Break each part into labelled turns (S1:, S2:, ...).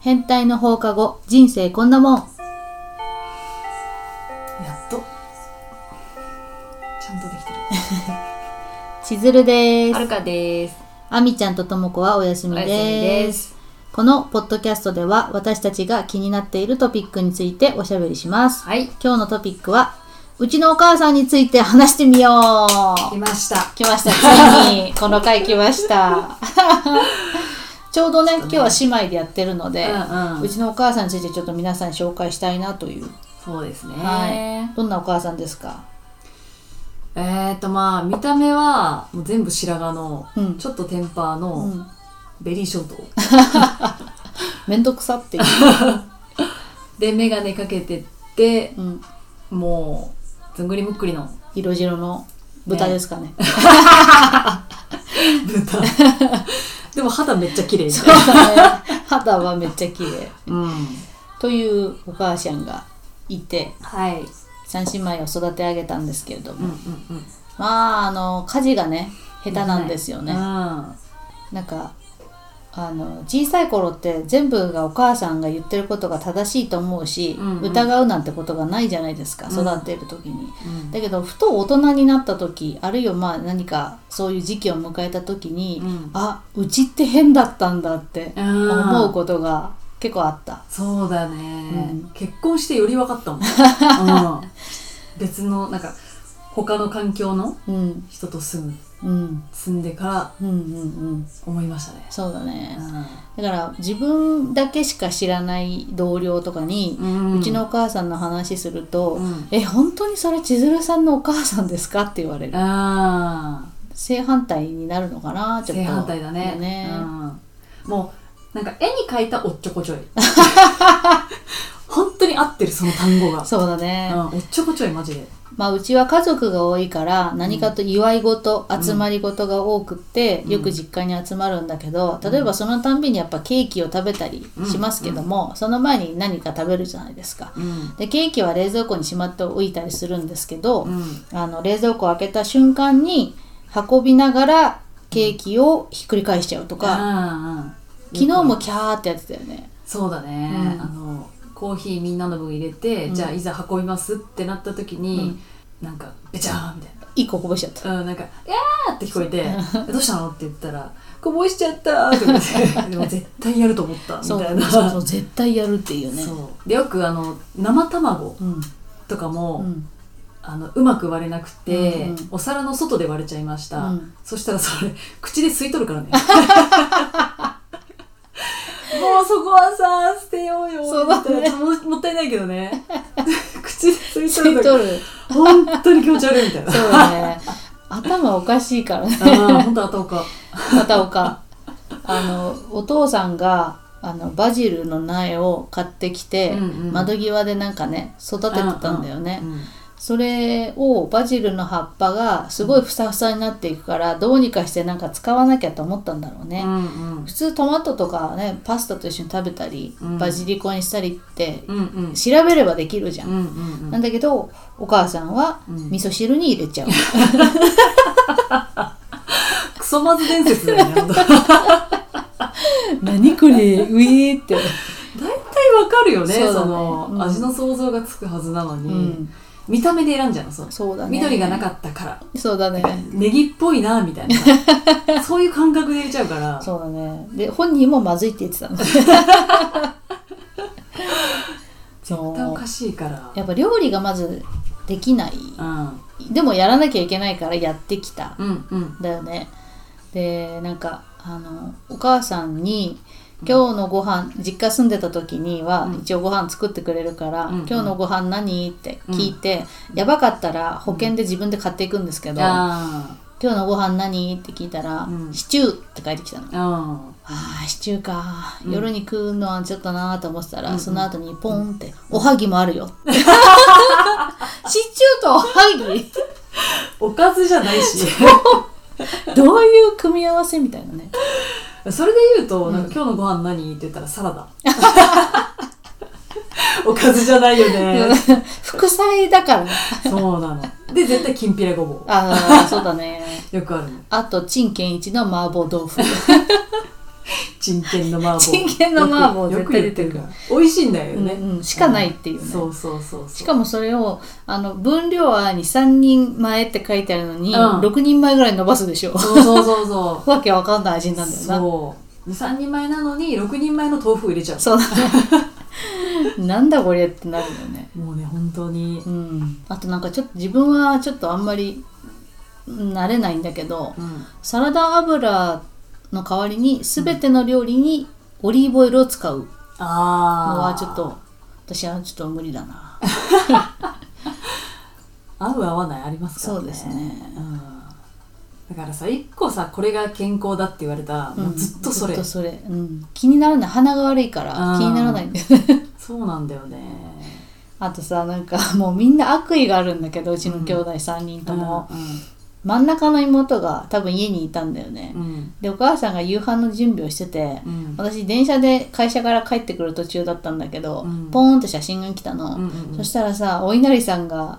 S1: 変態の放課後、人生こんなもん。
S2: やっとちゃんとできてる
S1: 千鶴です
S2: は。るかです
S1: あみちゃんとともこはお休み
S2: お
S1: です
S2: やすみです
S1: このポッドキャストでは私たちが気になっているトピックについておしゃべりします。
S2: はい
S1: 今日のトピックは、うちのお母さんについて話してみよ
S2: 来
S1: う
S2: ました
S1: 来ました、ついに。この回来ました。 ちょうどね、今日は姉妹でやってるので、
S2: うんうん
S1: うちのお母さんについてちょっと皆さんに紹介したいなという。
S2: そうですね、
S1: はい。どんなお母さんですか
S2: えーとまあ見た目はもう全部白髪の、
S1: うん
S2: ちょっとテンパー
S1: う
S2: の
S1: ん。
S2: ベリーショート、
S1: めんどくさっていう。
S2: で眼鏡かけてって
S1: うん。
S2: もうずんぐりむっくりの
S1: 色白の豚ですかね。
S2: 豚でも肌めっちゃ綺麗
S1: そうだね。肌はめっちゃ綺麗。
S2: うん
S1: というお母さんがいて、
S2: はい
S1: 三姉妹を育て上げたんですけれど
S2: うん
S1: も、
S2: うんうん
S1: まあ、あの、家事がね、下手なんですよね。
S2: うん
S1: なんか、あの小さい頃って全部がお母さんが言ってることが正しいと思うし、
S2: うんうん
S1: 疑うなんてことがないじゃないですか
S2: う
S1: 育
S2: ん
S1: てる時に、
S2: うん
S1: だけどふと大人になった時あるいはまあ何かそういう時期を迎えた時に、
S2: うん
S1: あうちって変だったんだって
S2: うん
S1: 思うことが結構あった。
S2: そうだ
S1: う
S2: ね、
S1: ん
S2: 結婚してより分 かったもん、うん、別のなんか他の環境の
S1: うん
S2: 人と住む
S1: うん
S2: 住んでから
S1: うんうんうん、
S2: 思いましたね、
S1: そうだねだから自分だけしか知らない同僚とかに、
S2: うん
S1: うちのお母さんの話すると「
S2: うん
S1: え本当にそれ千鶴さんのお母さんですか?」って言われる
S2: あ
S1: 正反対になるのかな
S2: ー
S1: ちょっと
S2: 正反対だね
S1: ね
S2: うん、もうなんか絵に描いたおっちょ こちょい本当に合ってるその単語が、
S1: そうだね、
S2: うん、おっちょこちょいマジで
S1: まあ、うちは家族が多いから何かと祝い事、集まり事が多くって、よく実家に集まるんだけど例えばそのたんびにやっぱケーキを食べたりしますけども、その前に何か食べるじゃないですか。
S2: うん
S1: でケーキは冷蔵庫にしまっておいたりするんですけど、
S2: うん
S1: あの冷蔵庫を開けた瞬間に運びながらケーキをひっくり返しちゃうとか、
S2: あー
S1: 昨日もキャーってやってたよね。
S2: そうだね、
S1: うん
S2: あのコーヒーみんなの分入れて、
S1: うん
S2: じゃあいざ運びますってなった時に、なんかべちゃーんみたい
S1: 一個こぼしちゃった。
S2: な、うん、なんか「やー!」って聞こえて「どうしたの?」って言ったら「こぼしちゃった!」って言って でも絶対やると思ったみ
S1: そう
S2: たいな
S1: そうそう絶対やるっていうね。
S2: そうでよくあの生卵
S1: うん
S2: とか
S1: う
S2: も、
S1: ん
S2: あのうまく割れなくて、
S1: うんうん
S2: お皿の外で割れちゃいました、
S1: うん
S2: そした らそれ口で吸い取るからねもうそこはさ捨てようよ
S1: そうだね
S2: みたいなももったいないけどね 口で吸い
S1: 吸
S2: 取
S1: い
S2: ると
S1: 取る。
S2: 本当に気持ち悪いみ たいな
S1: そうだね。頭おかしい からね。
S2: ああ本当あたおか
S1: 片岡。あの、お父さんが、あの、バジルの苗を買ってきて、
S2: うんうん
S1: 窓際でなんかね、育ててたんだよね。
S2: うん
S1: それをバジルの葉っぱがすごいふさふさになっていくから、どうにかしてなんか使わなきゃと思ったんだろうね。
S2: うんうん
S1: 普通トマトとかね、パスタと一緒に食べたり、
S2: うん
S1: バジリコにしたりって、
S2: うんうん
S1: 調べればできるじゃん。
S2: うんうんう
S1: なん
S2: ん
S1: だけど、お母さんは
S2: うん
S1: 味噌汁に入れちゃう。
S2: クソまず伝説だよね本当大体
S1: 何これうえーって、
S2: わかるよね
S1: そうだ
S2: そ
S1: ね
S2: の、
S1: うん
S2: 味の想像がつくはずなの
S1: う
S2: に、
S1: ん、
S2: 見た目で選んじゃうのそう
S1: そうだね
S2: 緑がなかったから
S1: そうだね
S2: ネギっぽいなみたい なそういう感覚で入れちゃうから
S1: そうだねで本人もまずいって言ってたの
S2: 絶対 お
S1: そ
S2: かしいから
S1: うやっぱ料理がまずできないでもやらなきゃいけないからやってきた
S2: うんうんうん
S1: だよねでなんかあのお母さんに今日のご飯実家住んでた時には、
S2: うん
S1: 一応ご飯作ってくれるから、
S2: うんうん
S1: 今日のご飯何って聞いて、やばかったら保険で自分で買っていくんですけど、
S2: あ
S1: 今日のご飯何って聞いたら、
S2: うん
S1: シチューって返ってきたの。
S2: ーあ
S1: あーシチューか、
S2: うん
S1: 夜に食うのはちょっとなーと思ってたら、
S2: うんうん
S1: その後にポンって、おはぎもある よシチューとおはぎ
S2: ーおかずじゃな いし
S1: どういう組み合わせみたいなね
S2: それで言うと、なんか今日のご飯何って言ったらサラダ おかずじゃない よね
S1: 副菜だから
S2: そうなので絶対きんぴらごぼ
S1: ああそうだね
S2: うよくあるの
S1: あと陳建一の麻婆豆腐
S2: 真剣の麻婆
S1: 真剣の麻婆
S2: よ
S1: 絶
S2: く
S1: 対出て
S2: よ
S1: くる
S2: く言ってるから美味しいんだよね、
S1: うんうんしかないっていうね
S2: そうそうそうそう
S1: しかもそれをあの分量は23人前って書いてあるのに、
S2: うん
S1: 6人前ぐらい伸ばすでしょ
S2: そうそうそうそ
S1: わけわかんない味にな
S2: う
S1: るんだよな
S2: そう23人前なのに6人前の豆腐入れちゃう
S1: そう なんだこれってなるよね
S2: もうね本当に
S1: うんあとなんかちょっと自分はちょっとあんまりうん慣れないんだけど
S2: うん
S1: サラダ油の代わりに全ての料理にオリーブオイルを使うの
S2: あ
S1: は
S2: あ
S1: ちょっと私はちょっと無理だな
S2: 合う合わないありますからね
S1: そうですね
S2: うん、だからさ一個さこれが健康だって言われた、もう
S1: うん
S2: ずっとそれ
S1: ずっとそれ、うん、気にならない鼻が悪いから
S2: うん
S1: 気にならないんだよね
S2: そうなんだよね
S1: あとさなんかもうみんな悪意があるんだけどうちの兄弟3人とも、
S2: う
S1: 真ん中の妹が多分家にいたんだよね、
S2: んうん
S1: でお母さんが夕飯の準備をしてて、
S2: うん
S1: 私電車で会社から帰ってくる途中だったんだけど、
S2: うん
S1: ポーンと写真が来たの、
S2: うんうんうん
S1: そしたらさお稲荷さんが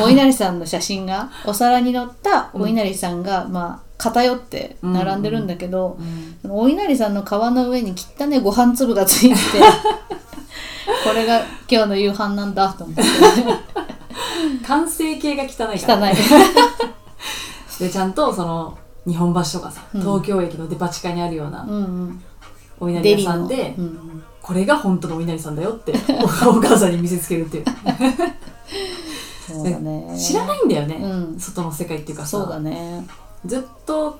S1: お稲荷さんの写真 がお皿に載ったお稲荷さんが、まあ偏って並んでるんだけど、
S2: うん
S1: そのお稲荷さんの皮の上に汚ねご飯粒がつ いててこれが今日の夕飯なんだと思って
S2: 完成形が汚いか
S1: 汚
S2: ら、
S1: い
S2: でちゃんとその日本橋とかさ、
S1: うん
S2: 東京駅のデパ地下にあるような
S1: うん、
S2: お
S1: うん、
S2: 稲荷
S1: デ
S2: 屋
S1: リ
S2: さ
S1: の、
S2: んで、
S1: うん、
S2: これが本当のお稲荷さんだよってお母さんに見せつけるっていう
S1: そうだね
S2: 知らないんだよね、
S1: うん
S2: 外の世界っていうかさ
S1: そうだね
S2: ずっと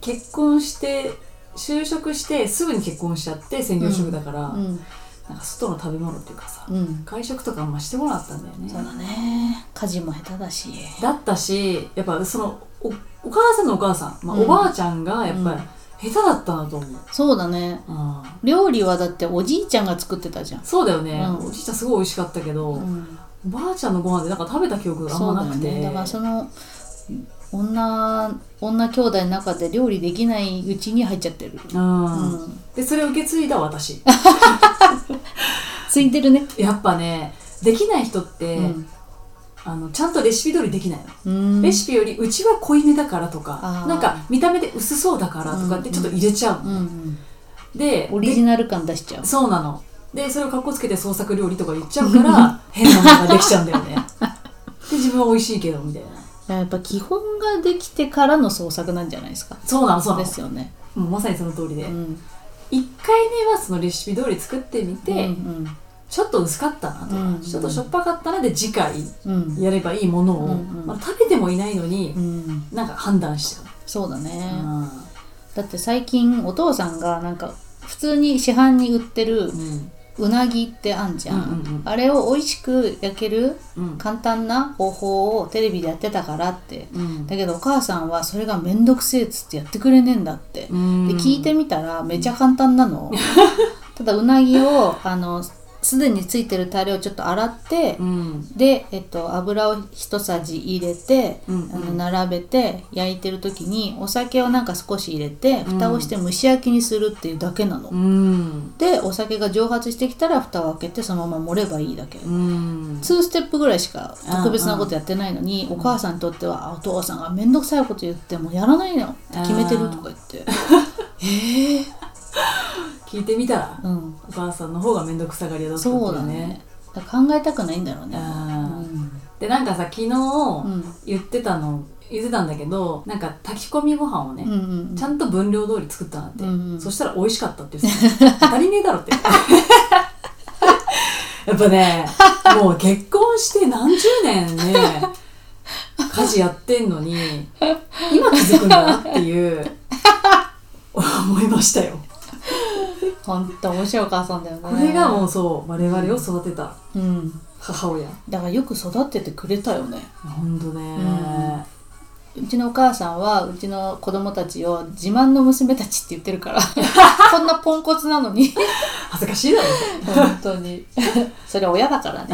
S2: 結婚して就職してすぐに結婚しちゃって専業主婦だから、
S1: うん
S2: なんか外の食べ物っていうかさ、
S1: うん
S2: 外食とかあんましてこなかったんだよね
S1: そうだね家事も下手だし
S2: だったしやっぱそのおお母さんのお母さん、まあ
S1: うん
S2: おばあちゃんがやっぱり下手だったなと思う、
S1: そうだね
S2: うん
S1: 料理はだっておじいちゃんが作ってたじゃん、
S2: そうだよね、
S1: うん
S2: おじいちゃんすごい美味しかったけど、
S1: う
S2: お
S1: ん、
S2: ばあちゃんのご飯でなんか食べた記憶があん
S1: そうだ
S2: ま
S1: よ
S2: なくて
S1: ねだからその女女兄弟の中で料理できないうちに入っちゃってる、
S2: うん
S1: うん、
S2: でそれを受け継いだ私
S1: ついてるね
S2: やっぱねできない人って、
S1: うん
S2: あのちゃんとレシピ通りできないの
S1: うん
S2: レシピよりうちは濃いめだからとか
S1: あー
S2: なんか見た目で薄そうだからとかってちょっと入れちゃう、
S1: うんうん
S2: で
S1: オリジナル感出しちゃう
S2: でそうなのでそれをかっこつけて創作料理とか言っちゃうから変なものができちゃうんだよねで自分は美味しいけどみたいな
S1: やっぱ基本ができてからの創作なんじゃないですか
S2: そうなのそうな
S1: で
S2: の
S1: すよね、
S2: もうまさにその通りで、
S1: うん、
S2: 一1回目はそのレシピ通り作ってみて、
S1: うん
S2: ちょっと薄かったなとか、
S1: うん
S2: ちょっとしょっぱかったなで次回
S1: うん
S2: やればいいものを、
S1: うんうん
S2: まあ食べてもいないのに
S1: う、ん、
S2: なんか判断しちゃう、
S1: そうだね、
S2: うん
S1: だって最近お父さんがなんか普通に市販に売ってる
S2: うん
S1: うなぎってあんじゃん,、
S2: うんうんうん
S1: あれを美味しく焼ける
S2: うん
S1: 簡単な方法をテレビでやってたからって
S2: うん
S1: だけどお母さんはそれが面倒くせえっつってやってくれねえんだって、
S2: うん
S1: で聞いてみたらめちゃ簡単な のただうなぎをあのすでについてるタレをちょっと洗って、
S2: うん
S1: で、えっと、油を一さじ入れて、
S2: うん
S1: あ
S2: う
S1: の
S2: ん
S1: 並べて焼いてる時にお酒をなんか少し入れて
S2: うん
S1: 蓋をして蒸し焼きにするっていうだけなの、
S2: うん
S1: でお酒が蒸発してきたら蓋を開けてそのまま盛ればいいだけ、
S2: うん
S1: 2ステップぐらいしか特別なことやってないのに、お母さんにとってはあ「お父さんが面倒くさいこと言ってもやらないのよ」って決めてるとか言って、
S2: 聞いてみたら
S1: うん、
S2: お母さんの方が面倒くさがり屋だったってい
S1: そうだねだから考えたくないんだろうね、
S2: あー
S1: うん
S2: でなんかさ昨日
S1: うん
S2: 言ってたの言ってたんだけどなんか炊き込みご飯をね、
S1: うんうん
S2: ちゃんと分量通り作ったなって、
S1: うんうん
S2: そしたら美味しかったって言ってた足りねえ だろってやっぱねもう結婚して何十年ね家事やってんのに今気づくんだなっていう思いましたよ
S1: ほんと面白いお母さんだよね
S2: これがもうそう我々を育てた
S1: う、うん、
S2: 母親
S1: だからよく育っててくれたよね
S2: ほんとね、
S1: うちのお母さんはうちの子供たちを自慢の娘たちって言ってるから こんなポンコツなのに
S2: 恥ずかしいだろ
S1: 本当に それ親だからね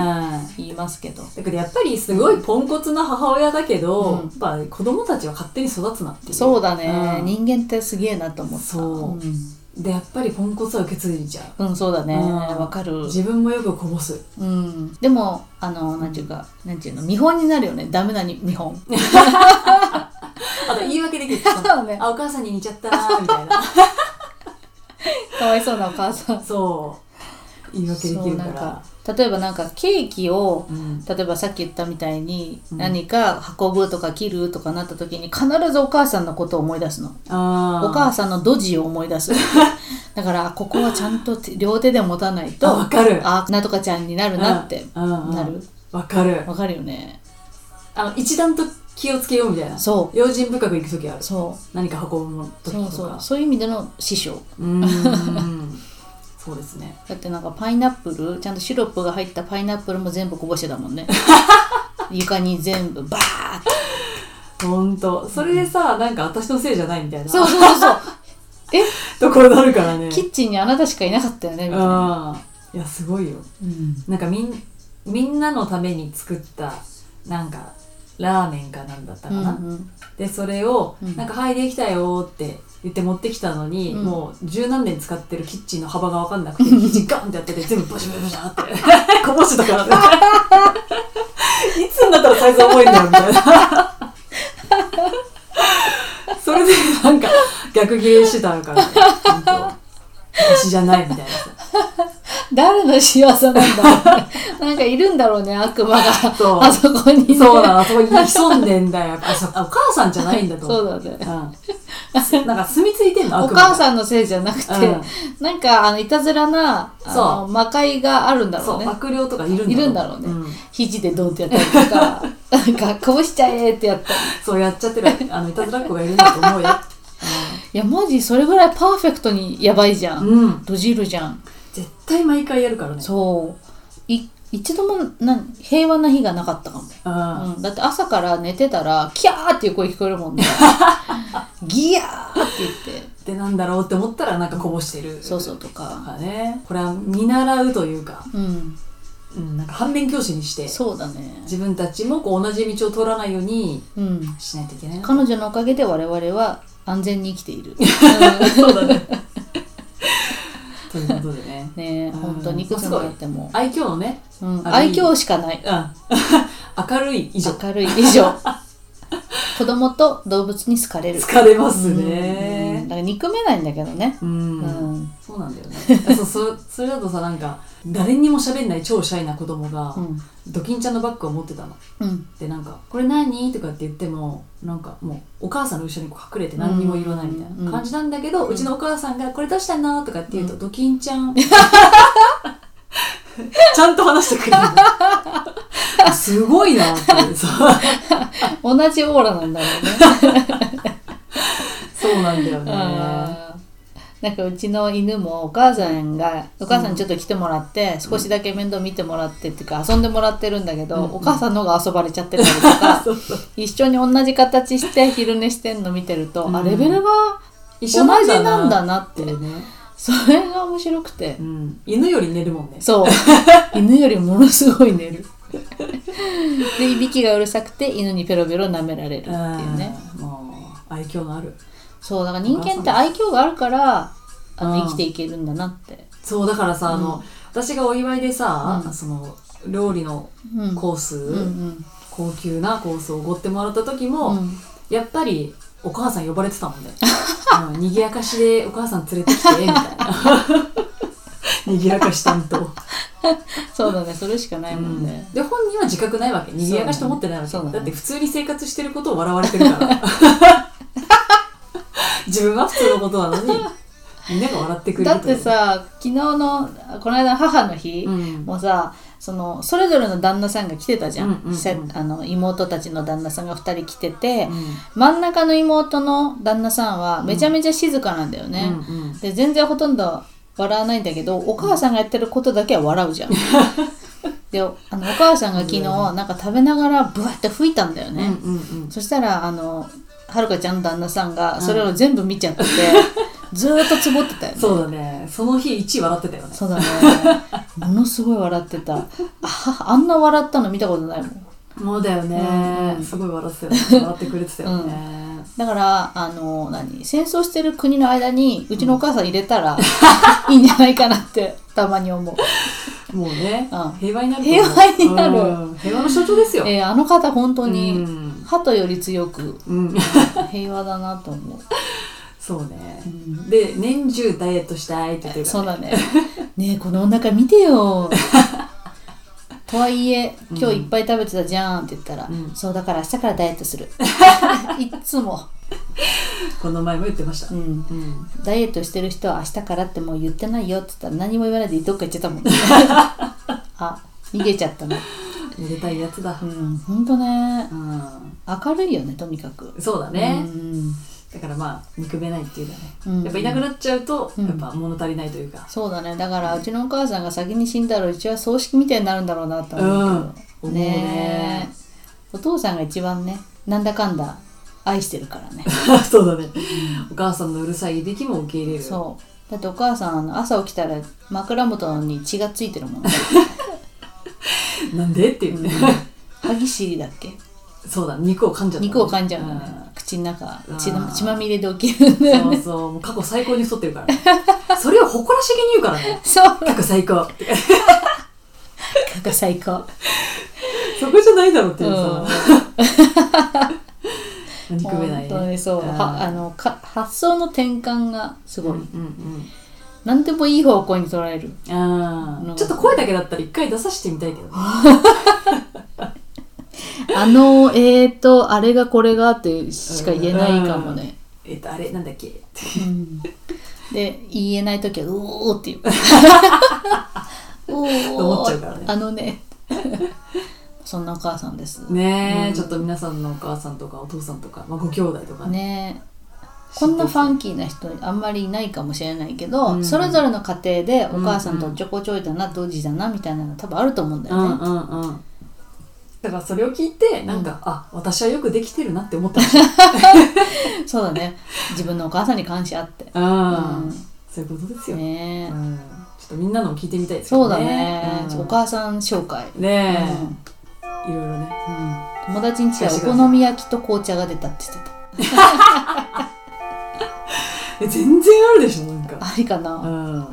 S2: だ
S1: 言いますけど
S2: けどやっぱりすごいポンコツな母親だけど、
S1: うん
S2: やっぱ子供たちは勝手に育つなっていう
S1: そうだね、
S2: うん
S1: 人間ってすげえなと思った
S2: そうでやっぱりポンコツは受け継いじゃ
S1: うん、うん、そうだね
S2: う
S1: わ、
S2: ん
S1: か
S2: う
S1: る、
S2: 自分もよくこぼす
S1: うん、でもあのなんていうかなんていうの見本になるよねダメなに見本
S2: あと言い訳できる
S1: そうね
S2: あお母さんに似ちゃったなみたいな
S1: かわいそうなお母さん
S2: そう言い訳で
S1: そ
S2: き
S1: う
S2: るか
S1: なんから例えばなんかケーキを
S2: うん
S1: 例えばさっき言ったみたいに
S2: うん
S1: 何か運ぶとか切るとかなった時に必ずお母さんのことを思い出すの
S2: あー
S1: お母さんのドジを思い出 すだからここはちゃんと手両手で持たないと
S2: あわかる
S1: あなんとかちゃんになるなって
S2: うんうんうん
S1: なる
S2: わかる
S1: わかるよね
S2: あの一段と気をつけようみたいな
S1: そう
S2: 用心深く行く時ある
S1: そ
S2: 何か運ぶもの
S1: う
S2: 時
S1: そ
S2: と
S1: う
S2: か
S1: そうそういう意味での師匠
S2: うーんそうですね
S1: だってなんかパイナップルちゃんとシロップが入ったパイナップルも全部こぼしてたもん ね床に全部バーって
S2: ほんとそれでさなんか私のせいじゃないみたいな
S1: そうそうそうそうえ
S2: ところがあるからね
S1: キッチンにあなたしかいなかったよねみたいな、
S2: ああいやすごいよ
S1: うん、
S2: なんかみんみんなのために作ったなんかラーメンかなんだったかな、
S1: うんうん
S2: でそれを
S1: うん
S2: 「なんかはいできたよ」って言って持ってきたのに、
S1: うん
S2: もう十何年使ってるキッチンの幅が分かんなく てキッチンガンってやってて全部バシャバシャバシャって こぼしてたから ねいつになったらサイズ覚えんだよみたいな それでなんか逆ギレしてたから、ね、本当私じゃないみたいなさ
S1: 誰の仕業なんだ ろうなんかいるんだろうね悪魔が
S2: そう
S1: あそこにね、
S2: そうなの、そこに潜んでんだよ。あ、そうあお母さんじゃないんだと思。
S1: そううだね
S2: うん。なんか住み着いてんの
S1: お母
S2: ん
S1: さんのせいじゃなくて、
S2: うん
S1: なんかあのいたずらなあの
S2: そ
S1: 魔界があるんだろ
S2: そうう、
S1: ね
S2: 悪霊とかいるんだろう
S1: いるんだろうね
S2: ん
S1: 肘でドンってやったりと かなんかこぼしちゃえってやったり
S2: そうやっちゃってる、あの、いたずらっ子がいるんだと思うよ。
S1: いやマジそれぐらいパーフェクトにやばいじゃん、
S2: うんうん。
S1: ドジるじゃん
S2: 絶対毎回やるからね。
S1: そうい一度もなん平和な日がなかったかも
S2: うん。
S1: うん、だって朝から寝てたら「キャー」っていう声聞こえるもん ね「ギヤー」って言って
S2: で、なんだろうって思ったら、なんかこぼしてる。
S1: そうそうと
S2: と
S1: か
S2: かね。これは見習うというか、
S1: うん
S2: うん、なんか反面教師にして、
S1: そうだね
S2: 自分たちもこう同じ道を通らないように
S1: うん
S2: しないといけない な。
S1: 彼女のおかげで我々は安全に生きている
S2: そうだね。 ということでね。
S1: ねえ
S2: うん
S1: 本当にいくつもやっても、
S2: 愛嬌のね、
S1: うん、
S2: あれ
S1: 愛嬌しかない
S2: うん、 明るい以上
S1: 明るい以上子供と動物に好かれる
S2: 疲れます
S1: うん
S2: ね
S1: だから憎めないんだけどね
S2: うん、
S1: うん
S2: そうなん だよねそうそそれだとさなんか誰にも喋んない超シャイな子供が、
S1: うん
S2: ドキンちゃんのバッグを持ってたの
S1: うん
S2: でなんか「これ何?」とかって言ってもなんかもうお母さんの後ろにこう隠れて何にも言わないみたいな感じなんだけど、うちのお母さんが「これどうしたの?」とかって言うと、ドキ ンちゃんちゃんと話してくれ るのすごいなっていう そう
S1: 同じオーラなんだろうね
S2: そうなんだよね
S1: あーなんかうちの犬もお母さんがお母さんにちょっと来てもらって、少しだけ面倒見てもらってっていうか遊んでもらってるんだけど、
S2: うんうん
S1: お母さんの方が遊ばれちゃってたりとか
S2: そうそう
S1: 一緒に同じ形して昼寝してんの見てると、あ
S2: うん
S1: レベルが同
S2: 一
S1: じ
S2: 緒なんだ
S1: なんだ
S2: な
S1: な
S2: っ
S1: ってて
S2: いうね、
S1: それが面白くて
S2: う、ん、犬より寝るもんね
S1: そう犬よりものすごい寝るでいびきがうるさくて犬にペロペロ舐められるっていうね
S2: うんもう愛嬌のある
S1: そうだから人間って愛嬌があるからあの
S2: うん
S1: 生きていけるんだなって、
S2: そうだからさ、あ
S1: うん
S2: の私がお祝いでさ、
S1: うん
S2: その料理の
S1: うん、
S2: コース、
S1: うんうん
S2: 高級なコースをおごってもらった時も、
S1: うん
S2: やっぱりお母さん呼ばれて たもんねうん賑やかしでお母さん連れてきてみたい な 賑やかし担当、
S1: そうだね、それしかないもんね。
S2: で本人は自覚ないわけ賑やかしと思ってないわけ
S1: そう
S2: だ,、
S1: だね
S2: って普通に生活してることを笑われてるから 自分は普通のことなのにみんなが笑ってくれる
S1: だっ
S2: とい
S1: て
S2: う
S1: さ、昨日の、この間母の日
S2: うん
S1: もさ、そのそれぞれの旦那さんが来てたじゃ
S2: うんうんうん
S1: ん。せあの妹たちの旦那さんが2人来てて、
S2: うん
S1: 真ん中の妹の旦那さんはめちゃめちゃ静かなんだよね。
S2: うんうん、
S1: で、全然ほとんど笑わないんだけど、お母さんがやってることだけは笑う じゃん。で、あのお母さんが昨日、なんか食べながらブワッて吹いたんだよね。
S2: うんうんうん
S1: そしたらあのはるかちゃんの旦那さんがそれを全部見ちゃ ってて、ずーっとつぼってたよね
S2: そうだねその日1位笑ってたよね
S1: そうだねものすごい笑ってたああんな笑ったの見たことないもん
S2: もうだよね、
S1: うん
S2: すごい笑ってたよね笑ってくれてたよね、
S1: だからあの何戦争してる国の間にうちのお母さん入れたら、 いいんじゃないかなってたまに思う、
S2: もうね、
S1: うん
S2: 平和になる
S1: 平和になる
S2: うん平和の象徴ですよ、
S1: えーあの方本当
S2: う
S1: に
S2: ん
S1: 鳩より強く
S2: うん、
S1: 平和だなと思う
S2: そうね
S1: う。ん
S2: で、年中ダイエットしたいって言ってるか
S1: そ
S2: ら、
S1: う
S2: ね。
S1: だねねえこのお腹見て よとはいえ今日いっぱい食べてたじゃんって言ったら、
S2: うん
S1: そうだから明日からダイエットす るいっつも、
S2: この前も言ってました。
S1: う
S2: うん。
S1: ん、ダイエットしてる人は明日からってもう言ってないよって言ったら何も言わないでどっか行っちゃったも んねあ逃げちゃったね
S2: めでたいやつだ
S1: う。んほんとね
S2: うん。
S1: 明るいよねとにかく
S2: そうだね。
S1: うん
S2: だからまあ、憎めないっていうかね。
S1: うん
S2: やっぱいなくなっちゃうと、
S1: うん
S2: やっぱ物足りないというか。
S1: そうだねだからうちのお母さんが先に死んだらうちは葬式みたいになるんだろうなと
S2: うん。
S1: 思う
S2: 思
S1: けど、
S2: う
S1: ね
S2: ね。
S1: お父さんが一番ねなんだかんだ愛してるからね
S2: そうだね。お母さんのうるさいいびきも受け入れ る。
S1: そうだってお母さんあの朝起きたら枕元に血がついてる もんね
S2: なんでっていうね。
S1: 歯ぎしりだっけ
S2: そうだ、肉を噛んじゃったね、
S1: 肉を噛んじゃうのね、口の中血
S2: あ
S1: の
S2: ー
S1: 血まみれで起きるんだよ
S2: うん
S1: ね
S2: そうそう、もう過去最高に太ってるか ら、ね。それを誇らしげに言うからね。
S1: そう
S2: 過去最高って。
S1: 過去最高
S2: そこじゃないだろうっていう
S1: うん
S2: さ。憎めな
S1: 本
S2: い、ね。
S1: 当にそうはあのか発想の転換がす
S2: うん
S1: ご
S2: う
S1: い、
S2: ん
S1: なんでもいい方向に捉える
S2: うん。あ
S1: の
S2: あ。ちょっと声だけだったら一回出させてみたいけどね。
S1: あのえーとあれがこれがってしか言えないかもね、
S2: えっと、あれなんだっけって
S1: うんで言えない時は「うおー」って言うおー
S2: と 思っちゃうからね
S1: あのね そんなお母さんです
S2: ねえ、
S1: うん
S2: ちょっと皆さんのお母さんとかお父さんとか、まあ、ご兄弟とかね。
S1: ねこんなファ
S2: ン。
S1: ンキーな人あんまりいないかもしれないけど、
S2: うん
S1: それぞれの家庭でお母さんとちょこちょいだな、ドジだなみたいなの多分あると思うんだ
S2: うん
S1: よね、
S2: うんうん。だからそれを聞いて、なんか、あ、私はよくできてるなって思ったんですよ。
S1: そうだね自分のお母さんに感謝って
S2: う
S1: うん
S2: ん。そういうことですよ。
S1: ね
S2: うんちょっとみんなのも聞いてみたいですけ
S1: そ
S2: ど
S1: うだね
S2: うん
S1: お母さん紹介、
S2: ね
S1: うん
S2: え、いろいろね。
S1: 友達ん家はお好み焼きと紅茶が出たって言ってた
S2: え全然あるでしょ、なんか。
S1: ありかな
S2: う